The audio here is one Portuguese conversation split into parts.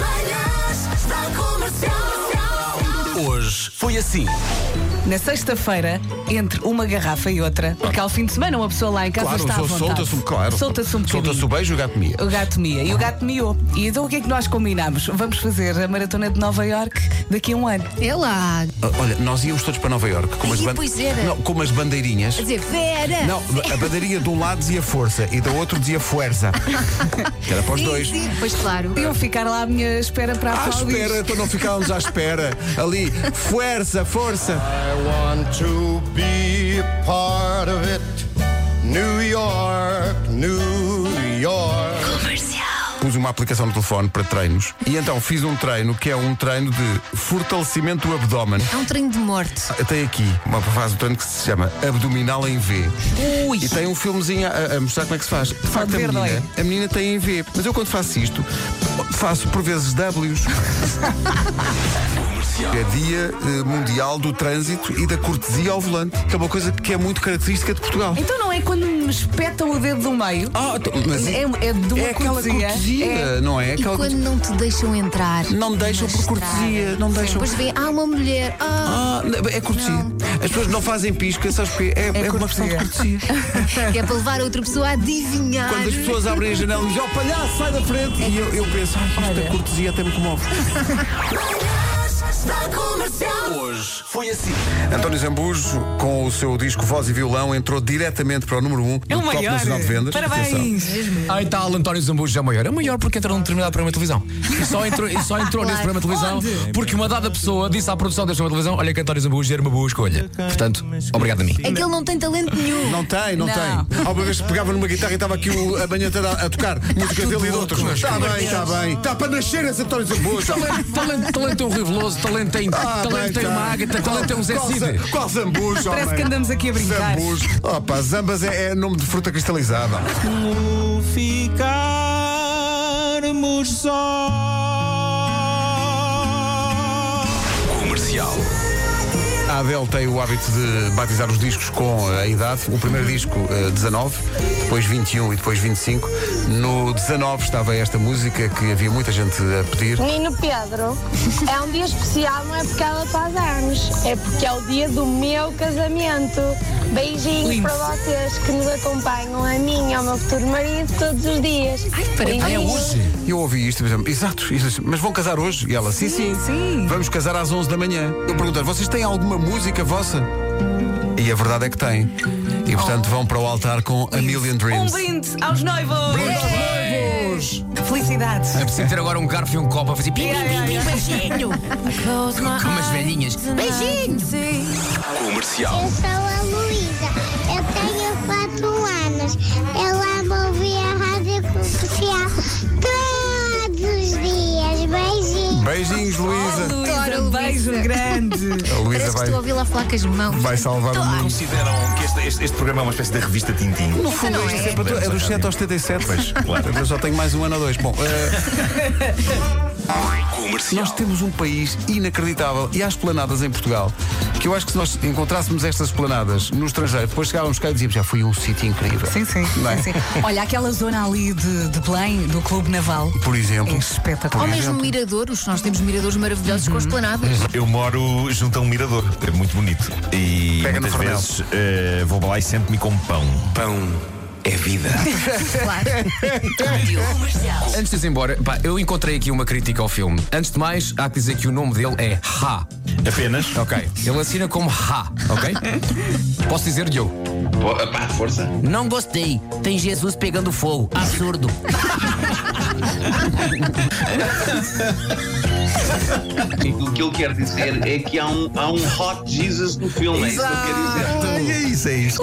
Manhãs da Comercial. Hoje foi assim. Na sexta-feira, entre uma garrafa e outra, porque ao fim de semana uma pessoa lá em casa Claro, está à vontade. solta-se um, claro. Solta-se um bocadinho. Solta-se um o beijo e o gato comia. O gato mia e o gato miou. E então o que é que nós combinámos? Vamos fazer a maratona de Nova York daqui a um ano. É lá. Ah, Olha, nós íamos todos para Nova Iorque com umas, Ai, ban- pois era. Não, com umas bandeirinhas. Quer dizer, é Vera. Não, assim. a bandeirinha de um lado dizia força e do outro dizia fuerza. Que era para os Sim, dois. sim. Pois claro. Iam ficar lá à minha espera para À aplaudir. espera, então não ficávamos à espera. Ali, força, força. I want to be a part of it. New York, New York. Pus uma aplicação no telefone para treinos e então fiz um treino que é um treino de fortalecimento do abdômen. É um treino de morte. Tem aqui uma faz um treino que se chama Abdominal em V. Ui, E tem um filmezinho a, a mostrar como é que se faz. De facto, a ver menina, dói. a menina tem em V. Mas eu quando faço isto, faço por vezes Ws. É dia eh, mundial do trânsito e da cortesia ao volante, que é uma coisa que é muito característica de Portugal. então não é quando me espetam o dedo do meio? Ah, então, mas É- é de uma é aquela cortesia. É. não é? E Aquela quando não te deixam entrar. Não me deixam na por estrada. cortesia, não me Sim, deixam. Depois vem, ah, uma mulher. Ah, Ah. é cortesia. Não. As pessoas não fazem pisca, sabes porquê? É, é, uma questão de cortesia. Que é para levar a outra pessoa a adivinhar. Ah. Quando as pessoas abrem a janela e dizem, oh palhaço, sai da frente! E eu, eu penso, ai, isto da cortesia até me comove. Manhãs da Comercial. António Zambujo, com o seu disco Voz e Violão, entrou diretamente para o número 1 um do É o Top maior. Nacional de Vendas. Atenção. Parabéns. Ah, e tal, António Zambujo é o maior. É o maior porque entrou num determinado programa de televisão. E só entrou, e só entrou nesse programa de televisão porque uma dada pessoa disse à produção deste programa de televisão: Olha que António Zambujo era uma boa escolha. Portanto, obrigado a mim. É que ele não tem talento nenhum. Não tem, não, Não. Tá tem. Há uma vez que pegava numa guitarra e estava aqui o- a manhã toda a, a tocar músicas dele e de outros. Está bem, está bem. Está para nascer esse António Tá Zambujo. Talento, talento, talento é um riveloso, talento tem, Ah, bem, talento tem tá. uma ágata, talento é um Zé Qual Cid. za- Qual zambujo, Parece homem? que andamos aqui a é brincar. Zambujo. Opa, zambas é, é nome de fruta cristalizada. como ficarmos só. A Adele tem o hábito de batizar os discos com a idade. O primeiro disco, eh, 19, depois 21 e depois 25. No 19 estava esta música que havia muita gente a pedir. Menino Pedro, é um dia especial, não é porque ela faz anos, é porque é o dia do meu casamento. Beijinhos Lindo. para vocês que nos acompanham, a mim e ao meu futuro marido, todos os dias. É parabéns. Beijinhos. Eu ouvi isto e pensei, exato, isto- é assim, mas vão casar hoje? E ela, sim, sim, Sim, sim. Vamos casar às 11 da manhã. Eu pergunto vocês têm alguma música vossa? E a verdade é que têm. E portanto vão para o altar com A Million Um Dreams. brinde aos noivos. Noivos! Felicidades. É preciso ter agora um garfo e um copo a fazer pim, Yeah, yeah, yeah. com umas velhinhas. Ah. Eu sou a Luísa, eu tenho 4 anos. Eu amo ouvir a rádio comercial todos os dias. Beijinhos. Beijinhos, Luísa. Luísa, um beijo grande. A Luísa Parece que vai, estou a ouvi-la falar com as mãos. vai salvar o mundo. Consideram que este, este- este programa é uma espécie de revista Tintim? No fundo, não isto é. é, para tu- é dos 7 aos 77. Pois, claro. Eu só tenho mais um ano ou dois. Bom, eh, nós temos um país inacreditável e há esplanadas em Portugal que eu acho que se nós encontrássemos estas esplanadas no estrangeiro, depois chegávamos cá e dizíamos já foi um sítio incrível. Sim, sim. Não é? sim, sim. Olha, aquela zona ali de, de Belém, do Clube Naval. Por exemplo. É espetacular. Ou mesmo miradouros, nós temos miradores maravilhosos Uhum. com esplanadas. Eu moro junto a um mirador, é muito bonito. E Pega no muitas farnel. vezes eh, vou para lá e sento-me como pão. Claro. Antes de ir embora, pá, eu encontrei aqui uma crítica ao filme. Antes de mais, há que dizer que o nome dele é Ha. Apenas. Ok. Ele assina como Ha, ok? Posso dizer Diogo? força. Não gostei. Tem Jesus pegando fogo. Absurdo. O que eu quero dizer é que há um, há um hot Jesus no filme, é isso que eu quero dizer. é isso, é isso.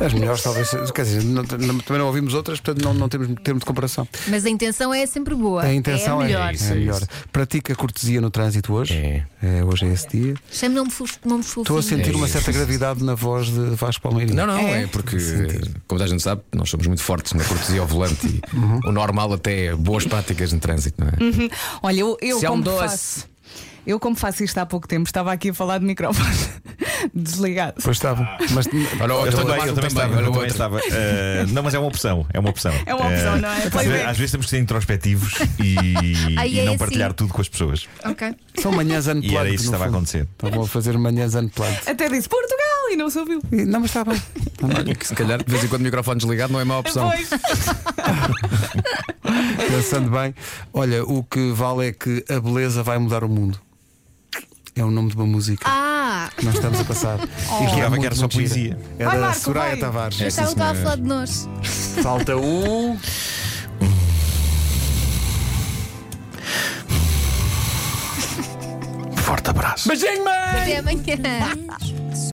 As melhores, talvez. Quer dizer, não- não- também não ouvimos outras, portanto não, não temos termo de comparação. Mas a intenção é sempre boa. Uhum. A intenção é é, a melhor. é a melhor. Pratica cortesia no trânsito hoje. É. hoje é esse dia. Chame-me fuf- nome fofinho. Estou a sentir É uma isso. certa gravidade na voz de Vasco Palmeirinho. Não, não, é, porque, como toda a gente sabe, nós somos muito fortes na cortesia ao volante e o normal até é boas práticas no trânsito, não é? Olha, eu, eu Se é um como doce. faço. Eu, como faço isto há pouco tempo, estava aqui a falar de microfone desligado. Pois estava. Mas, Olha, eu outro, também, mais eu um também também, olha estava. eu também outro. estava. Eh, não, mas é uma opção. É uma opção. É uma opção, Eh, não é? às Playback. vezes- Às vezes temos que ser introspectivos e, Ai, e é não assim. partilhar tudo com as pessoas. Ok. São manhãs unplugged. E era isso que no estava a fundo. acontecer. Estavam a fazer manhãs unplugged. Até disse Portugal e não se ouviu. E- Não, mas está bem. Que se calhar, de vez em quando, o microfone desligado não é má opção. Pois. Pensando bem, olha, o que vale é que a beleza vai mudar o mundo. É o nome de uma música Ah! que nós estamos a passar. E Jurava muito, que era só muito gira. poesia. É Vai, da Marco, Soraya vai. Tavares. É Eu estava a falar de nós. Falta um. Forte abraço. Até amanhã.